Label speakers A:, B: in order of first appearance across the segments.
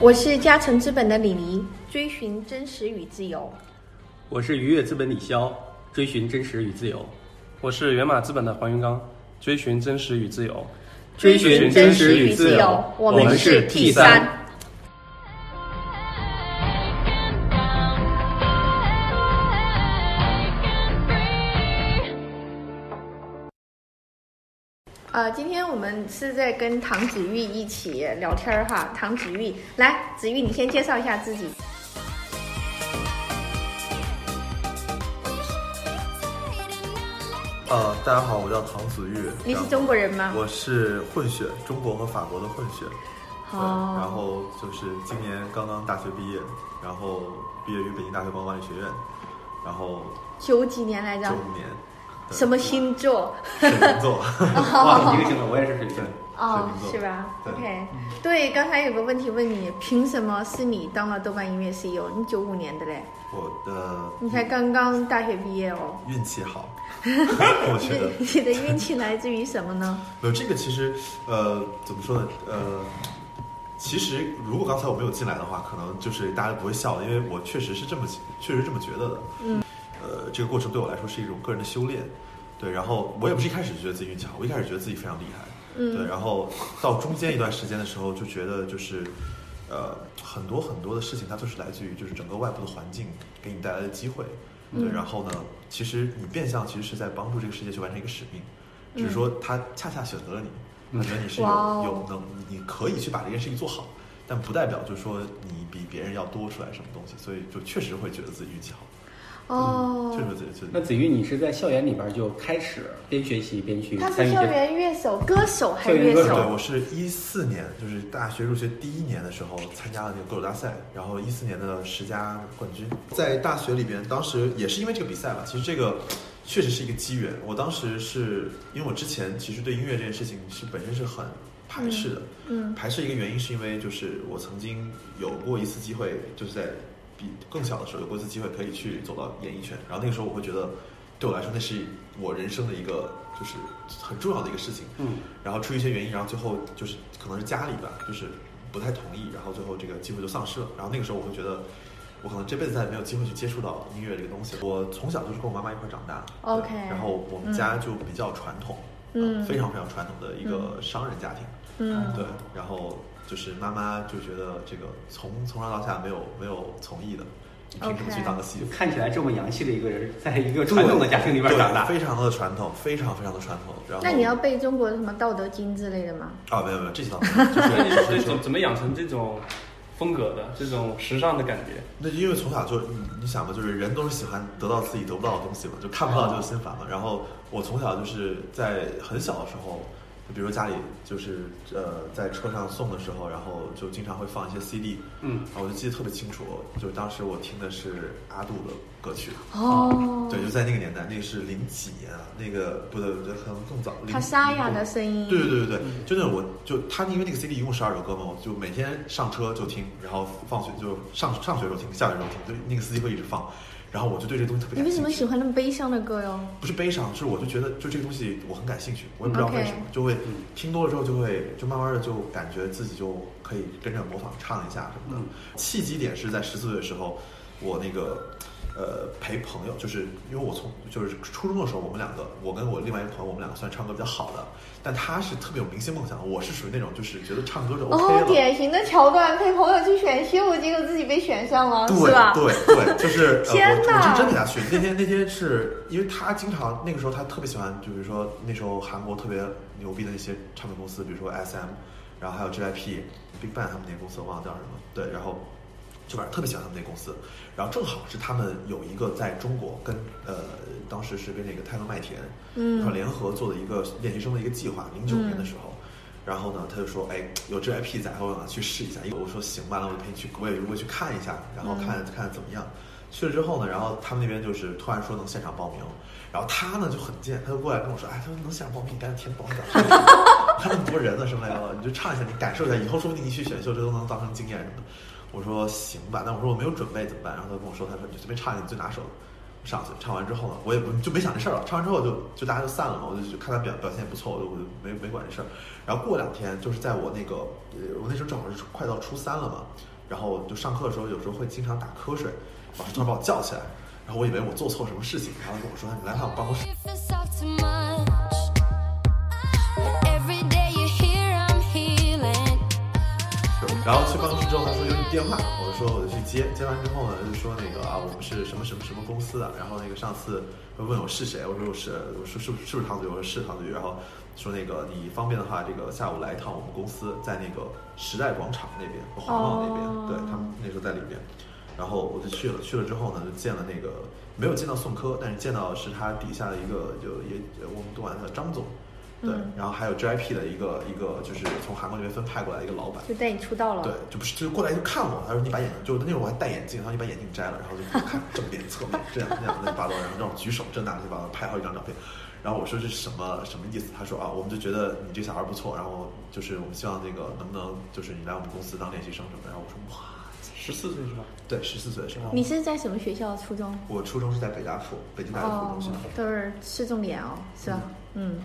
A: 我是嘉诚资本的李黎，追寻真实与自由。
B: 我是愉悦资本李潇，追寻真实与自由，
C: 我是源码资本的黄云刚，追寻真实与自 由。
A: 追寻真实与自由我们是 T 三。呃，今天我们是在跟唐子玉一起聊天儿哈。唐子玉，来，子玉，你先介绍一下自己。
D: 呃，大家好，我叫唐子玉，
A: 你是
D: 然后
A: 中国人吗？
D: 我是混血，中国和法国的混血。对
A: 哦
D: 然后就是今年刚刚大学毕业，然后毕业于北京大学观光管理学院，然后
A: 九几年来着
D: 九？五年。对
A: 什么星座？
D: 水瓶 座？
B: 哇，你这个星座，我也是水瓶。
A: 哦，
D: 水瓶座
A: 是吧
D: 对
A: ？OK，对，刚才有个问题问你，凭什么是你当了豆瓣音乐 CEO？你九五年的嘞，
D: 我的
A: 你才刚刚大学毕业哦。
D: 运气 好，我
A: 你
D: 觉
A: 的
D: 得。
A: 你的运气来自于什么呢？
D: 没有这个其实，呃，怎么说呢？呃，其实如果刚才我没有进来的话，可能就是大家不会笑了，因为我确实是这么，确实这么觉得的。
A: 嗯。
D: 呃，这个过程对我来说是一种个人的修炼。对，然后我也不是一开始就觉得自己运气好，我一开始觉得自己非常厉害。
A: 嗯
D: 对，然后到中间一段时间的时候，就觉得就是。呃，很多很多的事情，它都是来自于就是整个外部的环境给你带来的机会，对。
A: 嗯
D: 然后呢，其实你变相其实是在帮助这个世界去完成一个使命，
A: 嗯
D: 只是说他恰恰选择了你，他觉得你是有
A: 哇哦
D: 有能，你可以去把这件事情做好，但不代表就是说你比别人要多出来什么东西，所以就确实会觉得自己运气好，嗯
A: 哦
D: 确，实会觉得自己
B: 那子玉，你是在校园里边就开始边学习边去
A: 他
B: 参
A: 是
B: 与
A: 校
B: 这，
A: 园乐手、歌手还
B: 校
A: 是
B: 园
A: 乐
B: 歌
D: 对，
A: 手？
D: 我是一四年，就是大学入学第一年的时候参加了那个歌手大赛，然后一四年的十佳冠军。在大学里边，当时也是因为这个比赛吧，其实这个确实是一个机缘。我当时是因为我之前其实对音乐这件事情是本身是很排斥的，
A: 嗯
D: 排斥一个原因是因为就是我曾经有过一次机会，就是在比更小的时候有过一次机会可以去走到演艺圈，然后那个时候我会觉得对我来说那是我人生的一个就是很重要的一个事情，
B: 嗯，
D: 然后出于一些原因，然后最后就是可能是家里吧，就是不太同意，然后最后这个机会就丧失了，然后那个时候我会觉得。我可能这辈子再也没有机会去接触到音乐这个东西。我从小就是跟我妈妈一块儿长大对
A: OK
D: 然后我们家就比较传统，
A: 嗯
D: 呃非常非常传统的一个商人家庭，
A: 嗯
D: 对，然后就是妈妈就觉得这个从从上到下没有没有从艺的，你凭什么
A: OK
D: 去当个媳妇？
B: 看起来这么洋气的一个人，在一个传统的家庭里边长大
D: 对，非常的传统，非常非常的传统。然后
A: 那你要背中国什么《道德经》之类的吗？
D: 啊，没有没有，这些倒没有，就
C: 那你
D: 是就
C: 这
D: 是说
C: 怎怎么养成这种风格的、这种时尚的感觉？
D: 那因为从小就你你想嘛，就是人都是喜欢得到自己得不到的东西嘛，就看不到就心烦嘛。然后我从小就是在很小的时候，就比如说家里就是呃在车上送的时候，然后就经常会放一些 CD，
B: 嗯，
D: 然后我就记得特别清楚，就当时我听的是阿杜的歌曲，
A: 哦，
D: 对，就在那个年代，那个是零几年啊，那个不对不对，可能更早，
A: 他
D: 零
A: 沙哑的声音。
D: 对对对对对，就那种我就他因为那个 CD 一共十二首歌嘛，我就每天上车就听，然后放学就上上学的时候听，下学的时候听，就那个司机会一直放，然后我就对这个东西特别
A: 你
D: 感
A: 为什
D: 兴
A: 么喜
D: 趣。
A: 欢那么悲伤的歌哟？
D: 不是悲伤，是我就觉得就这个东西我很感兴趣，我也不知道
A: OK
D: 为什么，就会听多了之后就会就慢慢的就感觉自己就可以跟着模仿唱一下什么的。契机点是在十四岁的时候，我那个呃陪朋友，就是因为我从就是初中的时候，我们两个，我跟我另外一个朋友，我们两个算唱歌比较好的，但他是特别有明星梦想的，我是属于那种就是觉得唱歌就 OK 了。
A: 哦，典型的桥段，陪朋友去选秀，结果自己被选上了，
D: 对
A: 是吧？
D: 对 对，就是、呃、
A: 天
D: 我
A: 哪
D: 我是真陪他去。那天那天是因为他经常那个时候他特别喜欢，就比如说那时候韩国特别牛逼的一些唱片公司，比如说 SM，然后还有 JYP、Big Bang 他们那个公司，我忘了叫什么。对，然后就反正特别喜欢他们那公司，然后正好是他们有一个在中国跟呃当时是跟那个泰勒麦田
A: 嗯
D: 一块联合做的一个练习生的一个计划，零九年的时候。然后呢，他就说，哎，有 JYP 在，我想去试一下。我说行吧，那我就陪你去，我也我也去看一下，然后看看怎么样。去了之后呢，然后他们那边就是突然说能现场报名，然后他呢就很贱，他就过来跟我说，哎，他说能现场报名，你赶紧填表表， 看那么多人呢，什么来着？你就唱一下，你感受一下，以后说不定你去选秀，这都能当成经验什么的。我说行吧，但我说我没有准备怎么办？然后他跟我说，他说你就随便唱一个你最拿手的。我上去唱完之后呢，我也不就没想这事儿了。唱完之后就就大家就散了嘛，我就就看他表表现也不错，我就我就没没管这事儿。然后过两天就是在我那个呃，我那时候正好是快到初三了嘛，然后就上课的时候有时候会经常打瞌睡，老师突然把我叫起来，然后我以为我做错什么事情，然后跟我说你来趟我办公室。
E: If it's all too much, every day you hear I'm healing.
D: 然后去办公室之后，他说有你电话，我说我就去接，接完之后呢，就说那个啊，我们是什么什么什么公司的，然后那个上次问我是谁，我说我是我说是不是是不是唐子瑜，我说是唐子瑜，然后说那个你方便的话，这个下午来一趟我们公司，在那个时代广场那边，环贸那边，
A: 哦
D: 对他们那时候在里边，然后我就去了，去了之后呢，就见了那个没有见到宋柯，但是见到是他底下的一个就也我们都管他叫张总。对，然后还有 JIP 的一个一个就是从韩国那边分派过来的一个老板，
A: 就带你出道了。
D: 对，就不是就过来就看我，他说你把眼镜，就是那时候我还戴眼镜，然后你把眼镜摘了，然后就给我看正面、侧面这样那样乱七八糟，然后让我举手这那乱七八糟拍好几张照片，然后我说这是什么什么意思？他说啊，我们就觉得你这小孩不错，然后就是我们希望那个能不能就是你来我们公司当练习生什么的，然后我说哇，
C: 十四岁是吧？
D: 对，十四岁的时候，
A: 你是在什么学校？初中？
D: 我初中是在北大附，北京大学附中学。
A: 都是市重点哦，是吧？嗯，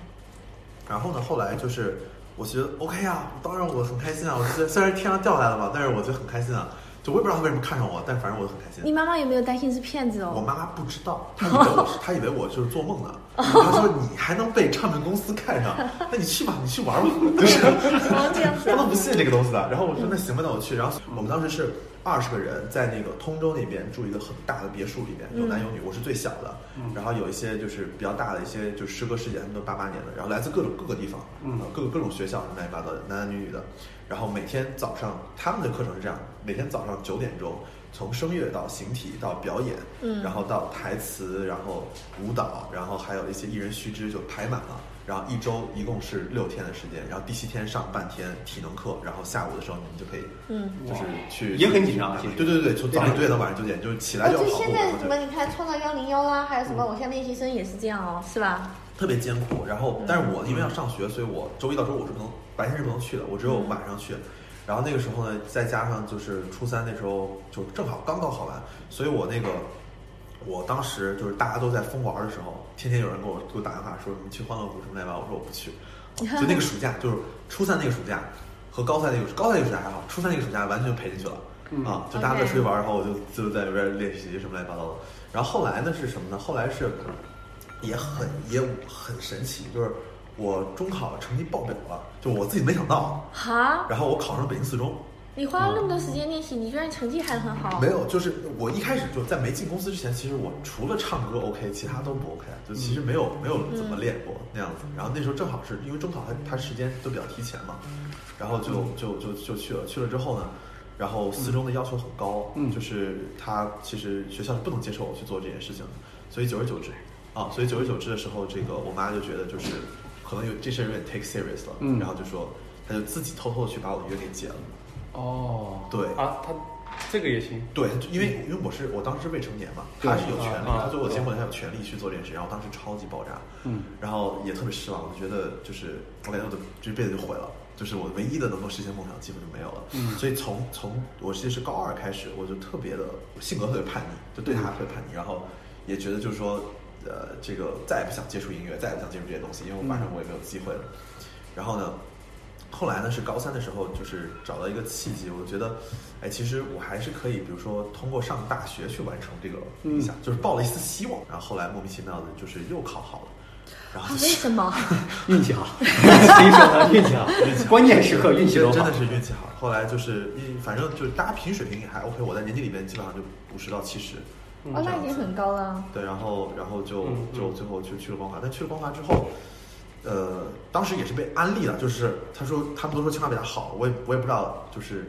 D: 然后呢，后来就是我觉得 OK 啊，当然我很开心啊，我就觉得虽然天上掉下来了吧，但是我觉得很开心啊，就我也不知道他为什么看上我，但反正我很开心。
A: 你妈妈有没有担心是骗子
D: 我
A: 哦？
D: 妈妈不知道，她以为我是，她以为我就是做梦呢。她说你还能被唱片公司看上，那你去吧，你去玩吧，就是
A: 哦这样子
D: 她都不信这个东西的。然后我说那行吧，那我去。然后我们当时是二十个人在那个通州那边住一个很大的别墅里边，有男有女，我是最小的。然后有一些就是比较大的一些，就师哥师姐他们都八八年的，然后来自各种各个地方，呃
C: 嗯
D: 各个各种学校什么乱七八糟的，男男女女的。然后每天早上他们的课程是这样，每天早上九点钟。从声乐到形体到表演，
A: 嗯
D: 然后到台词，然后舞蹈，然后还有一些艺人须知就排满了。然后一周一共是六天的时间，然后第七天上半天体能课，然后下午的时候你们就可以，
A: 嗯，
D: 就是去
B: 也很紧张其实
D: 对对对，从早上九点到晚上九点，就是起来
A: 哦，
D: 就要
A: 就
D: 跑
A: 现
D: 步，
A: 在
D: 然后
A: 什
D: 就
A: 么？你看创造幺零幺啊啦，还有什
D: 嗯
A: 么偶像练习生也是这样哦，是吧？
D: 特别艰苦。然后，但是我因为要上学，所以我周一到周五是不能白天是不能去的，我只有晚上去。然后那个时候呢，再加上就是初三那时候就正好刚高考完，所以我那个我当时就是大家都在疯玩的时候，天天有人给我给我打电话说你去欢乐谷什么来吧，我说我不去。就那个暑假，就是初三那个暑假和高三那个高三那个暑假还好，初三那个暑假完全就赔进去了。
C: 嗯
D: 啊，就大家都
A: OK
D: 出去玩，然后我就就在那边练习什么乱七八糟的。然后后来呢是什么呢？后来是也很也很神奇，就是我中考成绩爆表了，就我自己没想到。
A: 哈，
D: 然后我考上北京四中，
A: 你花了那么多时间练习，你居然成绩还很
C: 哦
A: 好
D: 没？有，就是我一开始就在没进公司之前，其实我除了唱歌 OK，其他都不 OK，就其实没有、
C: 嗯
D: 没有怎么练过那样子。然后那时候正好是因为中考它它时间都比较提前嘛，然后就
C: 嗯
D: 就就就去了，去了之后呢。然后四中的要求很高，
C: 嗯
D: 就是他其实学校是不能接受我去做这件事情的，所以久而久之，啊，所以久而久之的时候，这个我妈就觉得就是可能有这事儿有点 take serious 了，
C: 嗯
D: 然后就说，她就自己偷偷的去把我的约给解了，
C: 哦，
D: 对
C: 啊，他这个也行，
D: 对，就因为因为我是我当时是未成年嘛，
C: 嗯对
D: 他是有权利，
C: 啊啊
D: 他作为我监管，他有权利去做这件事，然后当时超级爆炸，
C: 嗯，
D: 然后也特别失望，我就觉得就是我感觉我的这辈子就毁了，就是我唯一的能够实现梦想几乎就没有了，
C: 嗯
D: 所以从从我其实是高二开始，我就特别的性格特别叛逆，就对他特别叛逆，然后也觉得就是说，呃，这个再也不想接触音乐，再也不想接触这些东西，因为我反正我也没有机会了，然后呢。后来呢，是高三的时候，就是找到一个契机，我觉得，哎，其实我还是可以，比如说通过上大学去完成这个理想，就是抱了一丝希望。然后后来莫名其妙的，就是又考好了，然
A: 啊
D: 后就
A: 为
D: 是
A: 什 么？
B: 运气好，谁说他运气好？关键时刻运气
D: 真
B: 都
D: 真
B: 好
D: 的。是运气好。后来就是，因反正就是大家平均水平也还 OK，我在年级里面基本上就五十到七十。
A: 哦，那已经很高了。
D: 对，然后然后就
C: 嗯
D: 就最后去去了光华，但去了光华之后，呃，当时也是被安利了，就是他说他们都说清华北大好，我也我也不知道就是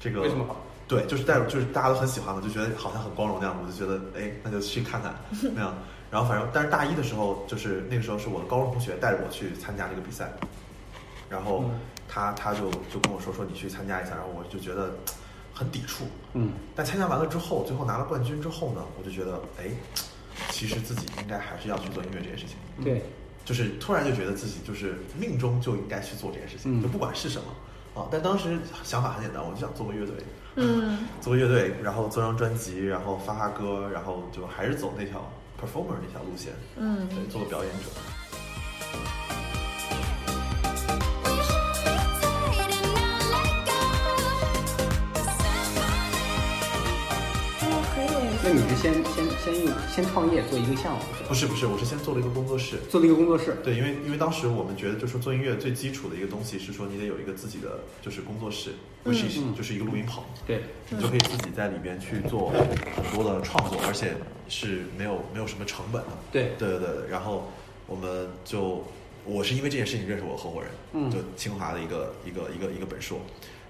D: 这个
C: 为什么好。
D: 对，就是带入，就是大家都很喜欢嘛，就觉得好像很光荣那样，我就觉得哎，那就 去看看那样。然后反正，但是大一的时候，就是那个时候是我的高中同学带着我去参加这个比赛，然后
C: 嗯
D: 他他就就跟我说说你去参加一下，然后我就觉得很抵触，
C: 嗯，
D: 但参加完了之后，最后拿了冠军之后呢，我就觉得，哎，其实自己应该还是要去做音乐这件事情，
B: 对，
D: 就是突然就觉得自己就是命中就应该去做这件事情，
C: 嗯
D: 就不管是什么啊。但当时想法很简单，我就想做个乐队，
A: 嗯，
D: 做个乐队，然后做张专辑，然后发发歌，然后就还是走那条 performer 那条路线，
A: 嗯
D: 对，做个表演者。
E: We hold it tight and not let go. Sign my name.
A: 可以。
F: 那你是先先先用先创业做一个项目，是吧
D: 不是不是，我是先做了一个工作室，
F: 做了一个工作室，
D: 对，因为因为当时我们觉得，就是说做音乐最基础的一个东西是说你得有一个自己的就是工作室，which is、
F: 嗯
D: 就是一个录音棚，
F: 对，
D: 你就可以自己在里边去做很多的创作，而且是没有没有什么成本的。
F: 对
D: 对对对。然后我们就我是因为这件事情认识我合伙人，
F: 嗯
D: 就清华的一个一个一个一个本硕，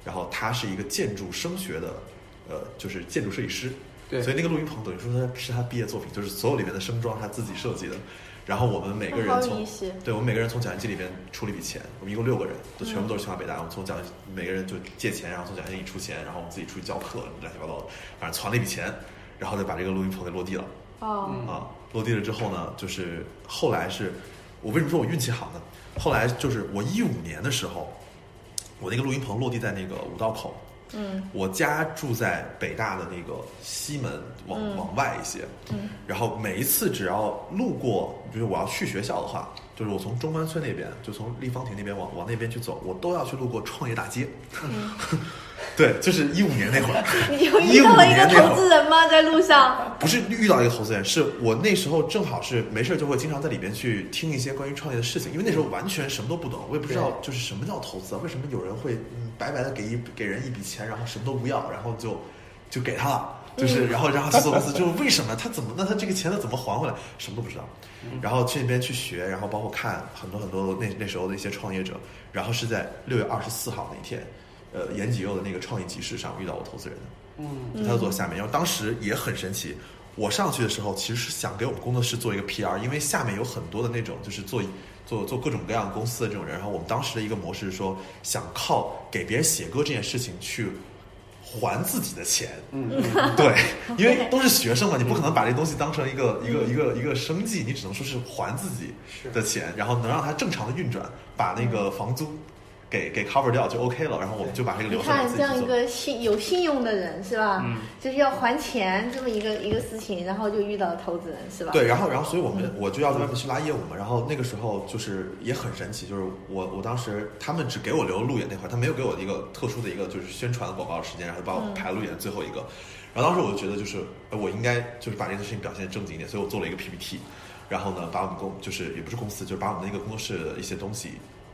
D: 然后他是一个建筑升学的，呃，就是建筑设计师。
F: 对
D: 所以那个录音棚等于说他是他毕业作品，就是所有里面的声装他自己设计的。然后我们每个
A: 好
D: 人
A: 有
D: 从
A: 意思
D: 对我们每个人从奖学金里面出了一笔钱，我们一共六个人，就全部都是清华北大。我们从奖每个人就借钱，然后从奖学金里出钱，然后我们自己出去教课，乱七八糟的，反正攒了一笔钱，然后再把这个录音棚给落地了。
A: 哦，
D: 啊，落地了之后呢，就是后来是我为什么说我运气好呢？后来就是我一五年的时候，我那个录音棚落地在那个五道口，
A: 嗯，
D: 我家住在北大的那个西门往、往外一些，嗯，然后每一次只要路过，就是我要去学校的话，就是我从中关村那边，就从立方体那边往往那边去走，我都要去路过创业大街。 对，就是一五年那会儿，
A: 你嗯有
D: 一
A: 遇
D: 五
A: 到一
D: 年
A: 个
D: 那
A: 投
D: 会儿
A: 资人吗？在路上？
D: 不是遇到一个投资人，是我那时候正好是没事儿就会经常在里边去听一些关于创业的事情，因为那时候完全什么都不懂，我也不知道就是什么叫投资啊，为什么有人会嗯白白的给一给人一笔钱，然后什么都不要，然后就就给他了。就是，然后，然后去做公司，就是为什么他怎么，那他这个钱他怎么还回来，什么都不知道。然后去那边去学，然后包括看很多很多那那时候的一些创业者，然后是在六月二十四号那天，呃，严谨佑的那个创业集市上遇到我投资人的。就他就坐在下面。然后当时也很神奇，我上去的时候其实是想给我们工作室做一个 PR，因为下面有很多的那种就是做做做各种各样公司的这种人。然后我们当时的一个模式是说，想靠给别人写歌这件事情去。还自己的钱，嗯， 对，因为都是学生嘛，你不可能把这东西当成一个一个一个一个生计，你只能说是还自己的钱，然后能让它正常的运转，把那个房租给给 cover 掉就 OK 了，然后我们就把这个
A: 你
D: 流程
A: 看
D: 自己
A: 这样一
D: 做
A: 个信有信用的人是吧？
C: 嗯，
A: 就是要还钱这么一个一个事情，然后就遇到投资人是吧？嗯
D: 对，然后然后所以我们我就要在外面去拉业务嘛，然后那个时候就是也很神奇，就是我我当时他们只给我留路演那块儿，他没有给我一个特殊的一个就是宣传广告时间，然后把
A: 嗯
D: 我排路演最后一个，然后当时我就觉得就是呃我应该就是把这个事情表现得正经一点，所以我做了一个 PPT，然后呢把我们公就是也不是公司，就是把我们那个工作室的一些东西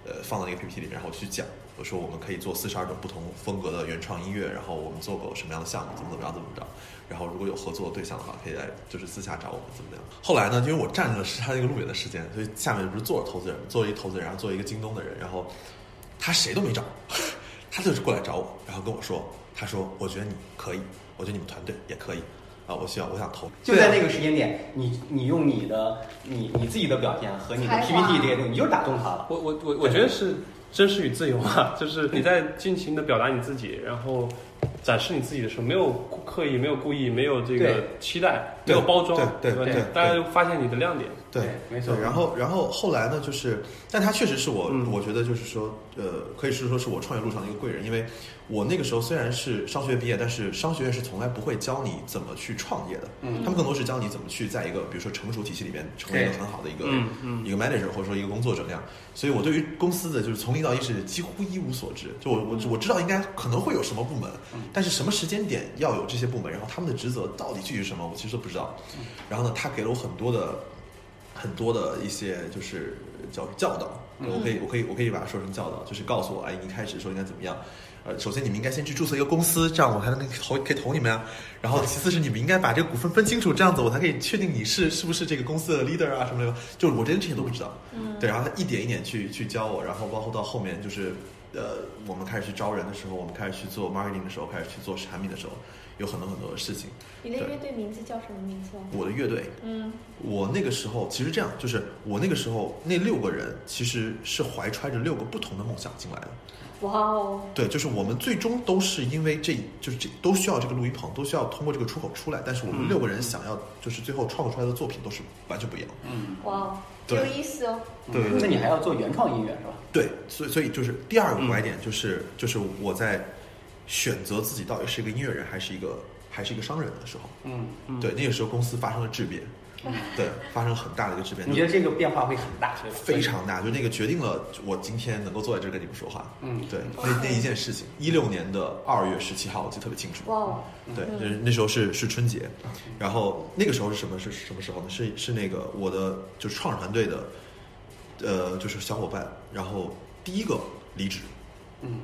D: 呃放到那个 PPT 里面，然后我去讲，我说我们可以做四十二种不同风格的原创音乐，然后我们做过什么样的项目，怎么怎么样，怎么怎么着。然后如果有合作对象的话，可以来就是私下找我们怎么怎么样。后来呢，因为我占了是他那个路演的时间，所以下面不是坐着投资人，坐了一投资人，然后做一个京东的人，然后他谁都没找，他就是过来找我，然后跟我说，他说我觉得你可以，我觉得你们团队也可以啊，我需要我想投，啊
F: 就在那个时间点，你你用你的你你自己的表现和你的
A: 才华
F: PPT 这些东西，你就是打动他了。
C: 我我我我觉得是真实与自由啊，就是你在尽情的表达你自己，然后展示你自己的时候，没有刻意，没有故意，没有这个
F: 对
C: 期待，没
D: 对
C: 有包装，
D: 对对
C: 吧
D: 对对？
C: 大家就发现你的亮点。
D: 对，啊
F: 没错
D: 对然后，然后后来呢，就是，但他确实是我，
C: 嗯
D: 我觉得就是说，呃，可以是说是我创业路上的一个贵人，因为我那个时候虽然是商学院毕业，但是商学院是从来不会教你怎么去创业的，嗯，他们更多是教你怎么去在一个比如说成熟体系里面成为一个
F: 对
D: 很好的一个、
C: 嗯嗯
D: 一个 manager 或者说一个工作者那样。所以我对于公司的就是从零到一是几乎一无所知，就我我我知道应该可能会有什么部门，但是什么时间点要有这些部门，然后他们的职责到底具体是什么，我其实都不知道。然后呢，他给了我很多的很多的一些就是叫教导，我可以我可以我可以把它说成教导，就是告诉我，哎，你一开始说应该怎么样。呃，首先你们应该先去注册一个公司，这样我才能给投可以投你们呀、啊然后其次是你们应该把这个股份分清楚，这样子我才可以确定你是是不是这个公司的 leader 啊什么的。就是我这些事情都不知道，嗯，对，然后他一点一点去去教我，然后包括到后面就是呃，我们开始去招人的时候，我们开始去做 marketing 的时候，开始去做产品的时候，有很多很多的事情。
A: 你的乐队名字叫什么名字啊？
D: 我的乐队
A: 嗯，
D: 我那个时候其实这样，就是我那个时候那六个人其实是怀揣着六个不同的梦想进来的。
A: 哇哦，
D: 对，就是我们最终都是因为这就是这都需要这个录音棚，都需要通过这个出口出来。但是我们六个人想要就是最后创作出来的作品都是完全不一样的。
F: 嗯，
A: 哇哦，
D: 对
A: 有意思哦。
D: 嗯对对
F: 那你还要做原创音乐是吧？
D: 对，所以所以就是第二个拐点就是、就是我在选择自己到底是一个音乐人还是一个还是一个商人的时候，
F: 嗯，
D: 对，那个时候公司发生了质变，对，发生很大的一个质变。
F: 你觉得这个变化会很大？对吧
D: 非常大，就那个决定了我今天能够坐在这儿跟你们说话。
C: 嗯
D: 对，那那一件事情，一六年的二月十七号，我记得特别清楚。
A: 哇哦，
D: 对，就是那时候是是春节，然后那个时候是什么是是什么时候呢？是是那个我的就是创始团队的，呃，就是小伙伴，然后第一个离职，
C: 嗯，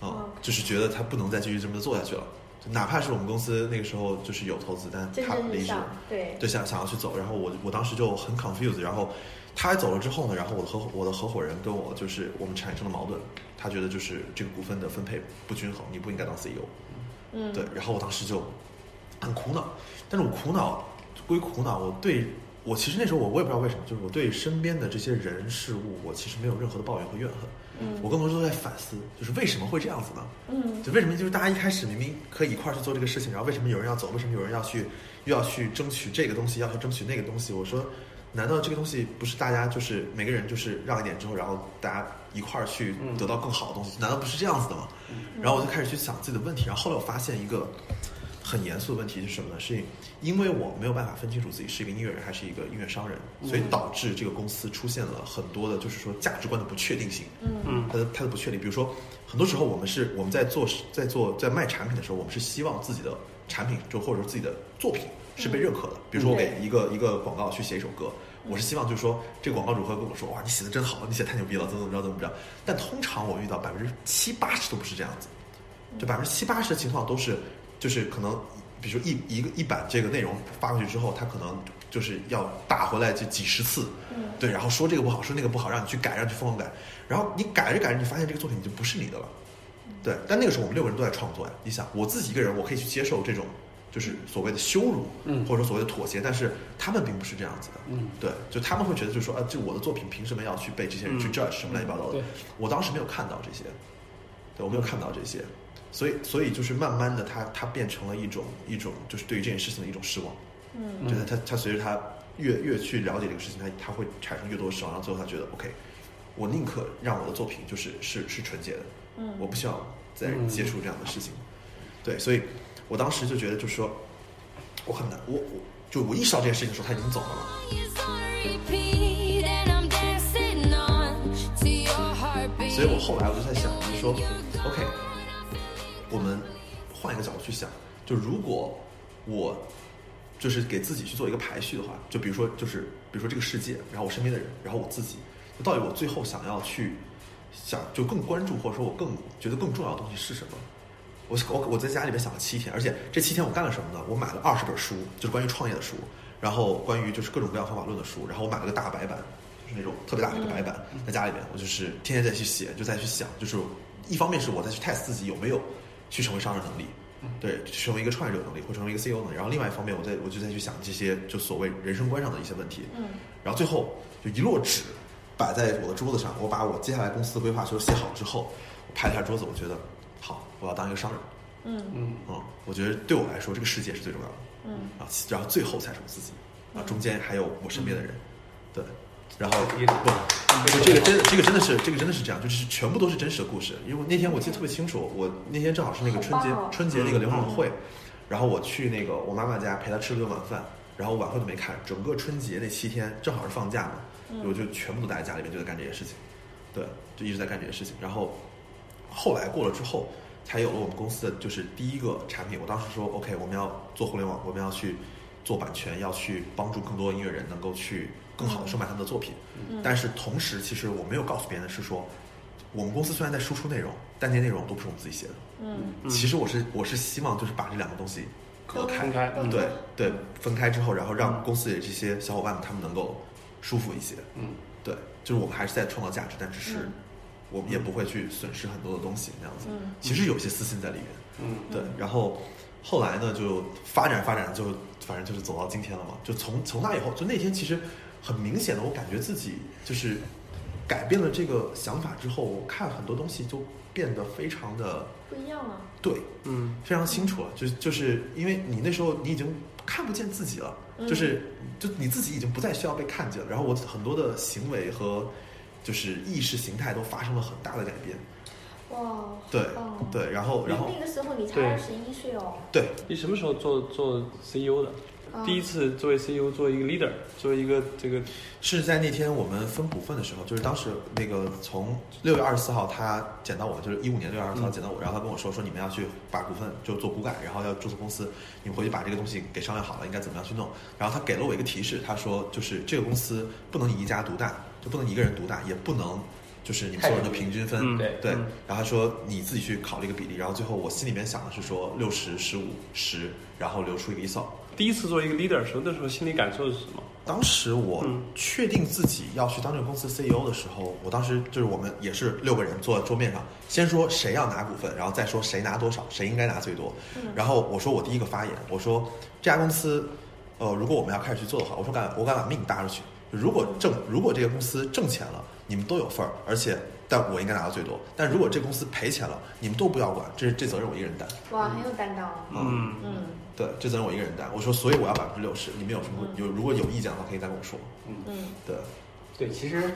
D: 啊、
A: 哦
D: 就是觉得他不能再继续这么做下去了，就哪怕是我们公司那个时候就是有投资，但
A: 蒸
D: 他
A: 蒸日
D: 离职，
A: 上，对，
D: 对，想想要去走，然后我我当时就很 confused，然后他走了之后呢，然后我的合伙我的合伙人跟我就是我们产生了矛盾，他觉得就是这个股份的分配不均衡，你不应该当 CEO，
A: 嗯，
D: 对，然后我当时就很苦恼，但是我苦恼归苦恼，我对我其实那时候我我也不知道为什么，就是我对身边的这些人事物，我其实没有任何的抱怨和怨恨，
A: 嗯
D: 我更多是在反思，就是为什么会这样子呢？
A: 嗯，
D: 就为什么就是大家一开始明明可以一块儿去做这个事情，然后为什么有人要走，为什么有人要去又要去争取这个东西，要去争取那个东西？我说，难道这个东西不是大家就是每个人就是让一点之后，然后大家一块儿去得到更好的东西？难道不是这样子的吗？然后我就开始去想自己的问题，然后后来我发现一个很严肃的问题是什么呢？是因为我没有办法分清楚自己是一个音乐人还是一个音乐商人，所
C: 嗯
D: 以导致这个公司出现了很多的就是说价值观的不确定性。
C: 嗯
D: 它的它的不确定。比如说，很多时候我们是我们在做在做在卖产品的时候，我们是希望自己的产品就或者说自己的作品是
C: 嗯
D: 被认可的。比如说，我给一个一个广告去写一首歌，我是希望就是说这个广告主会跟我说哇，你写的真好，你写得太牛逼了，怎么怎么着怎么着。但通常我遇到百分之七八十都不是这样子，就百分之七八十的情况都是就是可能。比如说一一个一版这个内容发过去之后，它可能就是要打回来就几十次，对，然后说这个不好，说那个不好，让你去改，让你去疯狂改，然后你改着改着，你发现这个作品已经不是你的了，
C: 嗯
D: 对。但那个时候我们六个人都在创作呀，你想我自己一个人，我可以去接受这种就是所谓的羞辱，
C: 嗯
D: 或者说所谓的妥协，但是他们并不是这样子的，
C: 嗯，
D: 对，就他们会觉得就是说，啊，这我的作品凭什么要去被这些人去
C: 嗯
D: judge 什么乱七八糟的
C: 对？
D: 我当时没有看到这些，对我没有看到这些，所以所以就是慢慢的它，它变成了一种一种就是对于这件事情的一种失望。
A: 嗯，
D: 就是他他随着他越越去了解这个事情，他他会产生越多的失望，然后最后他觉得 OK，我宁可让我的作品就是是是纯洁的，
A: 嗯
D: 我不希望再接触这样的事情。对，所以我当时就觉得就是说，我很难，我我就我意识到这件事情的时候，他已经走了嘛。所以我后来我就在想，就是说，OK，我们换一个角度去想，就如果我就是给自己去做一个排序的话，就比如说，就是比如说这个世界，然后我身边的人，然后我自己，就到底我最后想要去想就更关注，或者说我更觉得更重要的东西是什么？我我我在家里边想了七天，而且这七天我干了什么呢？我买了二十本书，就是关于创业的书，然后关于就是各种各样方法论的书，然后我买了个大白板，就是那种特别大的一个白板，在家里边我就是天天在去写，就在去想，就是一方面是我在去 test 自己有没有去成为商人能力，对，成为一个创业者能力或成为一个 CEO 能力，然后另外一方面我在我就在去想这些就所谓人生观上的一些问题，
A: 嗯，
D: 然后最后就一摞纸摆在我的桌子上，我把我接下来公司的规划全都写好之后，我拍了一下桌子，我觉得好，我要当一个商人。
A: 嗯
C: 嗯
D: 嗯，我觉得对我来说，这个世界是最重要的。
A: 嗯，
D: 啊，然后最后才是我自己，啊，中间还有我身边的
A: 嗯
D: 人，对，然后
F: 也
D: 不，就这个真的，这个真的是，这个真的是这样，就是全部都是真实的故事。因为那天我记得特别清楚，我那天正好是那个春节
A: 好棒哦
D: 春节那个联欢晚会，然后我去那个我妈妈家陪她吃了顿晚饭，然后晚会都没看，整个春节那七天正好是放假嘛，我就全部都待在家里面，就在干这些事情，对，就一直在干这些事情，然后后来过了之后，才有了我们公司的就是第一个产品。我当时说，OK，我们要做互联网，我们要去做版权，要去帮助更多的音乐人能够去更好的售卖他们的作品。但是同时，其实我没有告诉别人的是说，我们公司虽然在输出内容，但那些内容都不是我们自己写的。
A: 嗯，
D: 其实我是我是希望就是把这两个东西隔开，
C: 分开嗯
D: 对对，分开之后，然后让公司里这些小伙伴们他们能够舒服一些。
C: 嗯，
D: 对，就是我们还是在创造价值，但只是
A: 嗯
D: 我们也不会去损失很多的东西那样子。
A: 嗯
D: 其实有些私心在里面。
C: 嗯，
D: 对。然后后来呢，就发展发展就，反正就是走到今天了嘛。就从从那以后，就那天其实很明显的，我感觉自己就是改变了这个想法之后，我看很多东西就变得非常的
A: 不一样了，啊
D: 对，
C: 嗯
D: 非常清楚了，啊就是就是因为你那时候你已经看不见自己了，
A: 嗯
D: 就是就你自己已经不再需要被看见了，然后我很多的行为和就是意识形态都发生了很大的改变，
A: 哇，好
D: 对
A: 棒哦，
D: 对，然后然后
A: 那个时候你才
C: 对
A: 二十一岁哦，
D: 对
C: 你什么时候做做 CEO E 的？
A: 嗯
C: 第一次作为 CEO，作为一个 leader，作为一个这个
D: 是在那天我们分股份的时候，就是当时那个从六月二十四号他捡到我，就是一五年六月二十
C: 嗯
D: 四号捡到我，然后他跟我说说你们要去把股份就做股改，然后要注册公司，你们回去把这个东西给商量好了，应该怎么样去弄。然后他给了我一个提示，他说就是这个公司不能你一家独大，就不能你一个人独大，也不能就是你们所有人的平均分，
C: 嗯
F: 对
D: 对
C: 嗯。
D: 然后他说你自己去考虑一个比例，然后最后我心里面想的是说六十、十五、十，然后留出一个 ESOP。
C: 第一次作为一个 leader 的时候，那时候心理感受是什么？
D: 当时我
C: 嗯
D: 确定自己要去当这个公司 CEO 的时候，我当时就是我们也是六个人坐在桌面上，先说谁要拿股份，然后再说谁拿多少，谁应该拿最多。然后我说我第一个发言，我说这家公司，呃，如果我们要开始去做的话，我说敢我敢把命搭出去。如果挣如果这个公司挣钱了，你们都有份儿，而且但我应该拿到最多。但如果这公司赔钱了，你们都不要管，这这责任我一个人担。啊
A: 哇，很有担当哦。
C: 嗯，
A: 嗯
D: 对，这责任我一个人担。我说，所以我要百分之六十。你们有什么有如果有意见的话，可以再跟我说。
A: 嗯，
D: 对。
F: 对，其实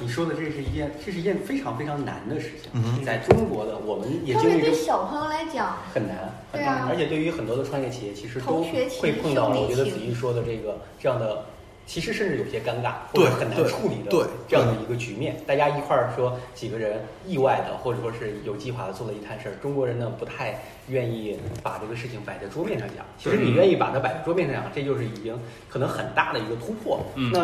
F: 你说的这是一件，这是一件非常非常难的事情。
D: 嗯哼
F: 在中国的，我们也
A: 特
F: 经
A: 别
F: 历
A: 对
F: 过
A: 小朋友来讲，
F: 很难，很
A: 对
F: 难，
A: 啊
F: 而且对于很多的创业企业，其实都
A: 同学情
F: 会碰到，
A: 兄弟
F: 我觉得
A: 情
F: 子怡说的这个这样的，其实甚至有些尴尬，或
D: 对
F: 者很难
D: 对
F: 处理的
D: 对
F: 这样的一个局面。大家一块儿说几个人意外的，或者说是有计划的做了一摊事儿，中国人呢不太愿意把这个事情摆在桌面上讲。其实
D: 嗯
F: 你愿意把它摆在桌面上讲，这就是已经可能很大的一个突破。
C: 嗯
F: 那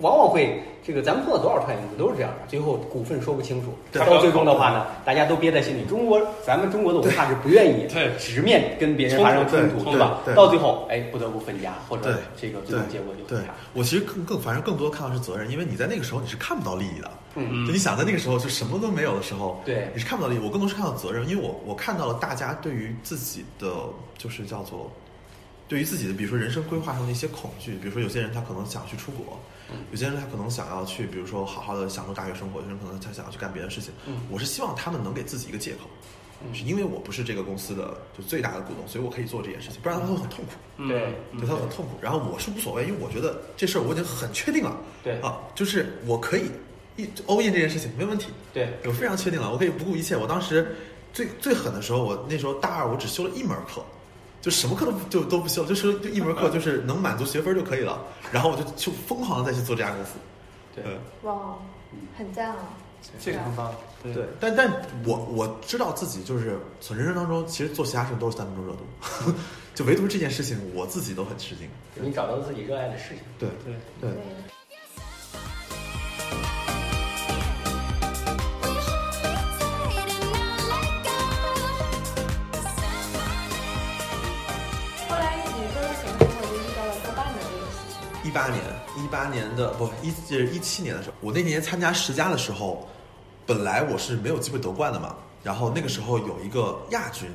F: 往往会这个咱们碰到多少创业公司都是这样的，最后股份说不清楚，
D: 对
F: 到最终的话呢，大家都憋在心里。中国咱们中国的文化是不愿意
C: 对
F: 直面跟别人发生冲
D: 冲
F: 突，
D: 突
F: 是吧
D: 对？对
F: 到最后，哎，不得不分家，或
D: 对
F: 者这个最
D: 对
F: 终结果就
D: 对
F: 分家。
D: 我其实更更反正更多看到是责任，因为你在那个时候你是看不到利益的。
F: 嗯，
D: 就你想在那个时候就什么都没有的时候，
F: 对
D: 你是看不到利益。我更多是看到责任，因为我我看到了大家对于自己的就是叫做对于自己的，比如说人生规划上的一些恐惧，比如说有些人他可能想去出国，
F: 嗯
D: 有些人他可能想要去，比如说好好的享受大学生活，有些人可能他想要去干别的事情。
F: 嗯
D: 我是希望他们能给自己一个借口，是因为我不是这个公司的就最大的股东，所以我可以做这件事情，不然他们会很痛苦。
C: 嗯
F: 对
D: 对他嗯很痛苦。然后我是无所谓，因为我觉得这事儿我已经很确定了。
F: 对
D: 啊，就是我可以一 all in 这件事情没问题，
F: 对，
D: 我非常确定了，我可以不顾一切。我当时最最狠的时候，我那时候大二，我只修了一门课。就什么课都不就都不修，就是就一门课，就是能满足学分就可以了。然后我就就疯狂的再去做这家公司。
F: 对
D: 嗯
A: 哇，很赞啊！
C: 这个很棒，对
D: 对，但但我我知道自己就是从人生当中，其实做其他事情都是三分钟热度， 就唯独这件事情我自己都很吃惊。
F: 你找到自己热爱的事 情。
D: 对
C: 对
D: 对
A: 对，后来你做到什么时候就遇到了豆瓣的这个事情？
D: 一八年，一八年的不一就是一七年的时候，我那年参加十佳的时候，本来我是没有机会夺冠的嘛。然后那个时候有一个亚军，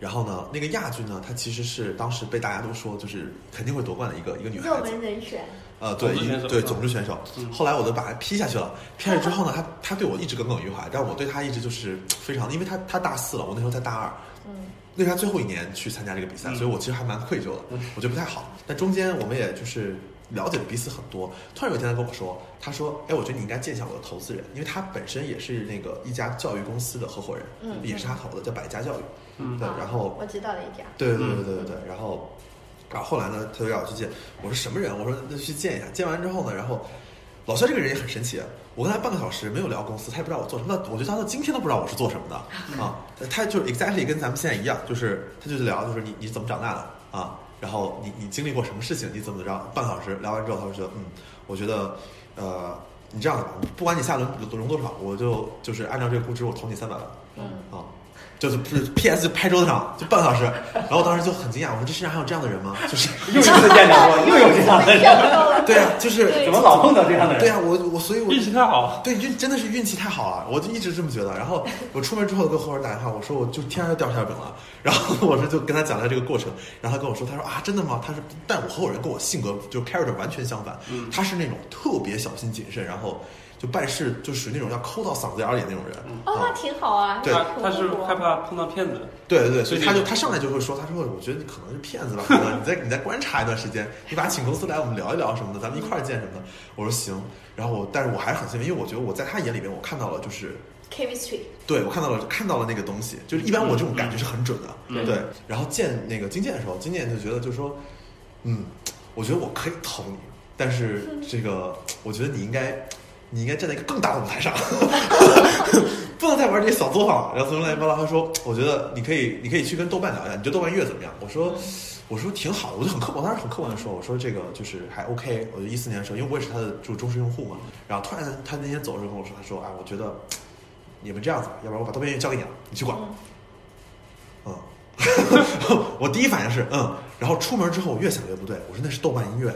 D: 然后呢，那个亚军呢，她其实是当时被大家都说就是肯定会夺冠的一个一个女孩
A: 热
D: 子，
A: 门人选，
D: 呃，对，
C: 种子
D: 一
C: 选手
D: 对
C: 嗯
D: 种子选手。后来我都把她批下去了，批下去之后呢，她她对我一直耿耿于怀，但我对她一直就是非常，因为她她大四了，我那时候才大二，
A: 嗯，
D: 那是他最后一年去参加这个比赛，所以我其实还蛮愧疚的，我觉得不太好。但中间我们也就是了解彼此很多。突然有一天他跟我说，他说：“哎，我觉得你应该见一下我的投资人，因为他本身也是那个一家教育公司的合伙人，
A: 嗯
D: 也是他投的，叫百家教育。
C: 嗯
D: 对，
A: 啊
D: 然后
A: 我知道了一家，
D: 对对对对对对，然后，然后后来呢，他就让我去见，我说什么人？我说那就去见一下。见完之后呢，然后老肖这个人也很神奇，我跟他半个小时没有聊公司，他也不知道我做什么，那我觉得他到今天都不知道我是做什么的啊。他就是 exactly 跟咱们现在一样，就是他就是聊，就是你你怎么长大的啊？然后你你经历过什么事情？你怎么着？半个小时聊完之后，他就觉得嗯，我觉得呃，你这样子吧，不管你下轮融多少，我就就是按照这个估值，我投你三百万。
A: 嗯，
D: 啊，就是不是 PS 就拍桌子上就半个小时，然后我当时就很惊讶，我说这世上还有这样的人吗？就是
F: 又一次见到我，又有这样的
A: 跳
F: 人，
A: 到了，
D: 对啊，就是
A: 对
F: 怎么老碰到这样的人？
D: 对啊，我我所以我
C: 运气太好，
D: 对运真的是运气太好了，我就一直这么觉得。然后我出门之后跟合伙人打电话，我说我就天上要掉馅饼了。然后我说就跟他讲了这个过程，然后他跟我说，他说啊真的吗？他说，但我合伙人跟我性格就 character 完全相反，
A: 嗯
D: 他是那种特别小心谨慎，然后就办事就属于那种要抠到嗓子眼儿里那种人。
A: 哦，
D: 啊
A: 那挺好啊，
D: 对
C: 他
A: 那挺
C: 他是
A: 活泼
C: 害怕碰到骗子，
D: 对对对，所以他
C: 所
D: 就
C: 以你
D: 他上来就会说，他说我觉得你可能是骗子吧，可能你再你再观察一段时间，你把他请公司来我们聊一聊什么的，咱们一块儿见什么的。我说行，然后我但是我还是很幸运，因为我觉得我在他眼里边我看到了就是。
A: chemistry，
D: 对，我看到了，看到了那个东西，就是一般我这种感觉是很准的，
C: 嗯
D: 对。然后见那个金建的时候，金建就觉得就是说，嗯，我觉得我可以投你，但是这个，我觉得你应该，你应该站在一个更大的舞台上， 不能再玩这些小作坊了。然后从来巴拉他说，我觉得你可以，你可以去跟豆瓣聊一下，你觉得豆瓣音乐怎么样？我说，我说挺好的，我就很客，我当时很客观的说，我说这个就是还 OK。我就一四年的时候，因为我也是他的就忠实用户嘛，然后突然他那天走的时候跟我说，他说，哎，我觉得你们这样子，要不然我把豆瓣音乐交给你了，啊你去管。嗯， 我第一反应是嗯，然后出门之后我越想越不对，我说那是豆瓣音乐，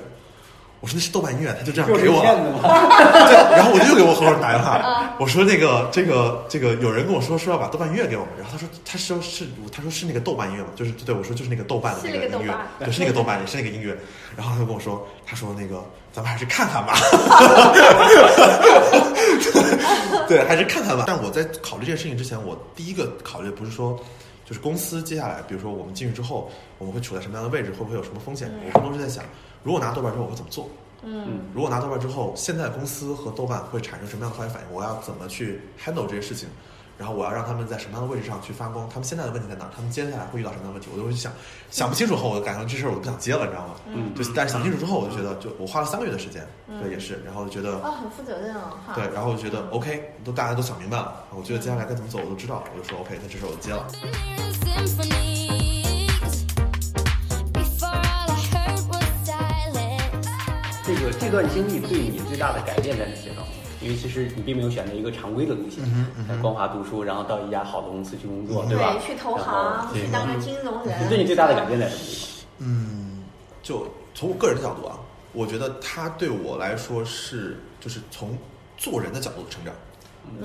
D: 我说那是豆瓣音乐，他就这样
F: 又
D: 给
F: 是
D: 我，
F: 骗子吗？
D: 对， 然后我就又给我合伙人打
A: 嗯
D: 电话，我说那个这个这个有人跟我说说要把豆瓣音乐给我们，然后他说他说是他说是那个豆瓣音乐嘛，就是对我说就是那个豆瓣的
A: 是
D: 那
A: 那
D: 个
A: 个
D: 音
A: 豆
D: 乐
A: 瓣，
D: 对，是那个豆瓣也是那个音乐，然后他就跟我说他说那个咱们还是看看吧， 对，还是看看吧。但我在考虑这件事情之前，我第一个考虑不是说，就是公司接下来，比如说我们进去之后，我们会处在什么样的位置，会不会有什么风险？我更多是在想，如果拿豆瓣之后我会怎么做？
A: 嗯，
D: 如果拿豆瓣之后，现在公司和豆瓣会产生什么样的化学反应？我要怎么去 handle 这些事情？然后我要让他们在什么样的位置上去发光？他们现在的问题在哪儿？他们接下来会遇到什么样的问题？我就会想想不清楚后，我感觉这事儿我都不想接了，你知道吗？
C: 嗯
D: 就但是想清楚之后，我就觉得，就我花了三个月的时间，对，也是，然后就觉得
A: 哦，很负责任哦，哈。
D: 嗯对，然后我觉得 OK，都大家都想明白了，我觉得接下来该怎么走我都知道，我就说 OK，那这事儿我接了。
E: Symphonies. Before all I heard was silence.
F: 这个这段经历对你最大的改变在哪些方面？因为其实你并没有选择一个常规的路线，呃光华读书，然后到一家好的公司去工作，
D: 嗯
A: 对
F: 吧？
A: 去投
F: 然
A: 行，
F: 后
A: 去当个金融人。
F: 你对你最大的改变在什么地方？
D: 嗯，就从我个人的角度啊，我觉得他对我来说是就是从做人的角度成长，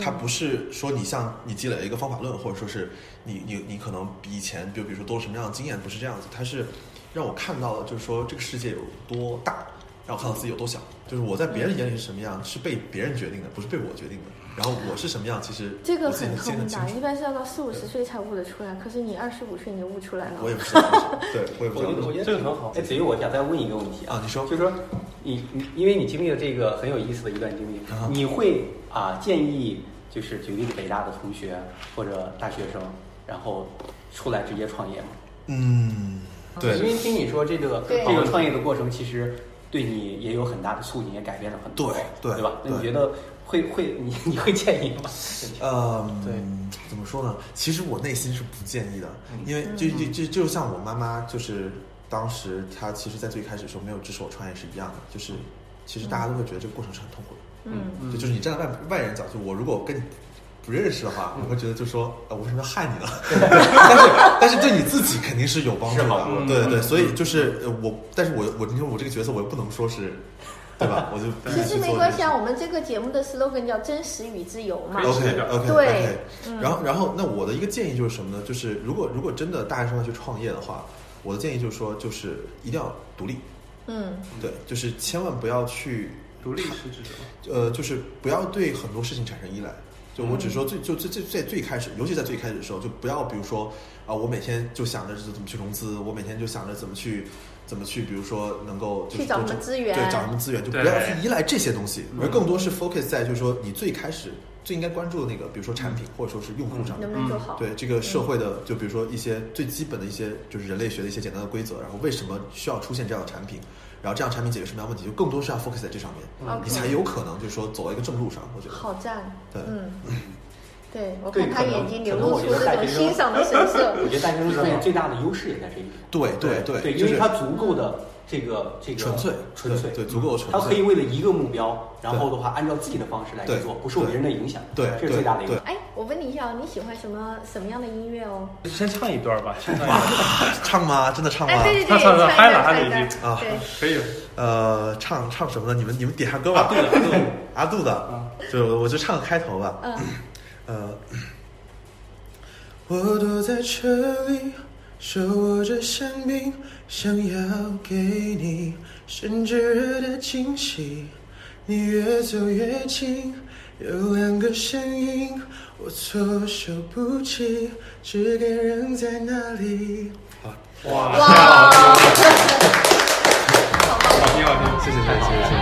D: 他不是说你像你积累了一个方法论，或者说是你你你可能比以前，比如比如说都有什么样的经验，不是这样子，他是让我看到了，就是说这个世界有多大，让我看到自己有多小，就是我在别人眼里是什么样，是被别人决定的，不是被我决定的。然后我是什么样，其实
A: 这个
D: 我自己
A: 很
D: 心里
A: 痛
D: 清
A: 的，
D: 楚
A: 一。般是要到四五十岁才悟得出来，可是你二十五岁你就悟出来了。
D: 我也不知道为什么，对我也不
F: 我
D: 知道
F: 觉
D: 为
F: 得我。觉得
D: 什么
C: 这个很好
F: 哎，子瑜，我想再问一个问题啊，
D: 啊你说
F: 就是说你你因为你经历了这个很有意思的一段经历
D: 啊，
F: 你会啊建议就是举例子，北大的同学或者大学生，然后出来直接创业吗？
D: 嗯，对
F: 因，为听你说这个
A: 对
F: 这个创业的过程，其实对你也有很大的促进，也改变了很多，
D: 对对
F: 对吧？那你
D: 对
F: 觉得会会你你会建议吗？
D: 嗯，
F: 对，
D: 怎么说呢？其实我内心是不建议的，因为就
A: 嗯
D: 就就就像我妈妈，就是当时她其实，在最开始的时候没有支持我创业是一样的，就是其实大家都会觉得这个过程是很痛苦的。
A: 嗯，
D: 就就是你站在外外人角度，我如果跟你不认识的话，我会觉得就说，呃，我为什么要害你呢？但是但是对你自己肯定是有帮助
F: 是
D: 的
F: 好，
D: 对对对，所以就是呃我，但是我我你说我这个角色，我又不能说是，对吧？我就必
A: 其实
D: 须去
A: 没
D: 做
A: 关
D: 这个
A: 系啊，我们这个节目的 slogan 叫“真实与自由”嘛。
C: 对
D: OK OK
A: 对
D: OK，然后然后那我的一个建议就是什么呢？就是如果如果真的大学生要去创业的话，我的建议就是说，就是一定要独立，
A: 嗯，
D: 对，就是千万不要去
C: 独立是指什么？
D: 呃，就是不要对很多事情产生依赖。就我只说最就最最最最开始，尤其在最开始的时候，就不要比如说啊、我每天就想着是怎么去融资，我每天就想着怎么去怎么去，比如说能够就是
A: 去找
D: 多
A: 什么资源
D: 对，找什么资源，就不
C: 对
D: 要去依赖这些东西，而更多是 focus 在就是说你最开始最应该关注的那个，比如说产品或者说是用户上面
A: 嗯能。不能做好？嗯
D: 对这个社会的，就比如说一些最基本的一些，就是人类学的一些简单的规则，然后为什么需要出现这样的产品，然后这样产品解决什么样的问题，就更多是要 focus 在这上面
A: 嗯 OK，
D: 你才有可能就是说走到一个正路上。我觉得，
A: 好赞。
D: 对
A: 嗯，对我
F: 对
A: 看他
F: 可能
A: 眼睛流
F: 可能
A: 露
F: 我
A: 出
F: 觉得
A: 那
F: 大
A: 种
F: 学生
A: 欣
D: 哦
A: 赏的神色。
F: 我觉得大学生创业最大的优势也在这一点，
D: 对对
F: 对，
D: 就
F: 因为
D: 是
F: 它足够的这个这个
D: 纯粹，
F: 纯粹，嗯
D: 对，对足够的纯
F: 他可以
D: 粹。
F: 为了一个目标，然后的话按照自己的方式来去
D: 对
F: 做，不受别人的影响，
D: 对
F: 这是最大的一
D: 对
F: 个。
A: 哎，我问你一下哦，你喜欢什么什么样的音乐哦？
C: 先唱一段吧，先唱一段，
D: 唱吗？真的唱吗
A: 哎，？对对
C: 他
A: 对，唱
C: 唱得
A: 一
C: 嗨
A: 段，
C: 了他
A: 唱
C: 已
A: 一段
D: 经啊
A: 对，
C: 可以。啊
D: 呃，唱唱什么呢？你们你们点下歌吧。
C: 对的，对的。
D: 阿杜的，
F: 嗯
D: 就我就唱个开头吧。
A: 嗯，
D: 呃， 我躲在这里，手握着香槟，想要给你甚炙热的惊喜。你越走越近，有两个声音，我措手不及，只给扔在那里。
C: 哇，
A: 哇，
C: 好听好听，
D: 谢谢大家，谢谢。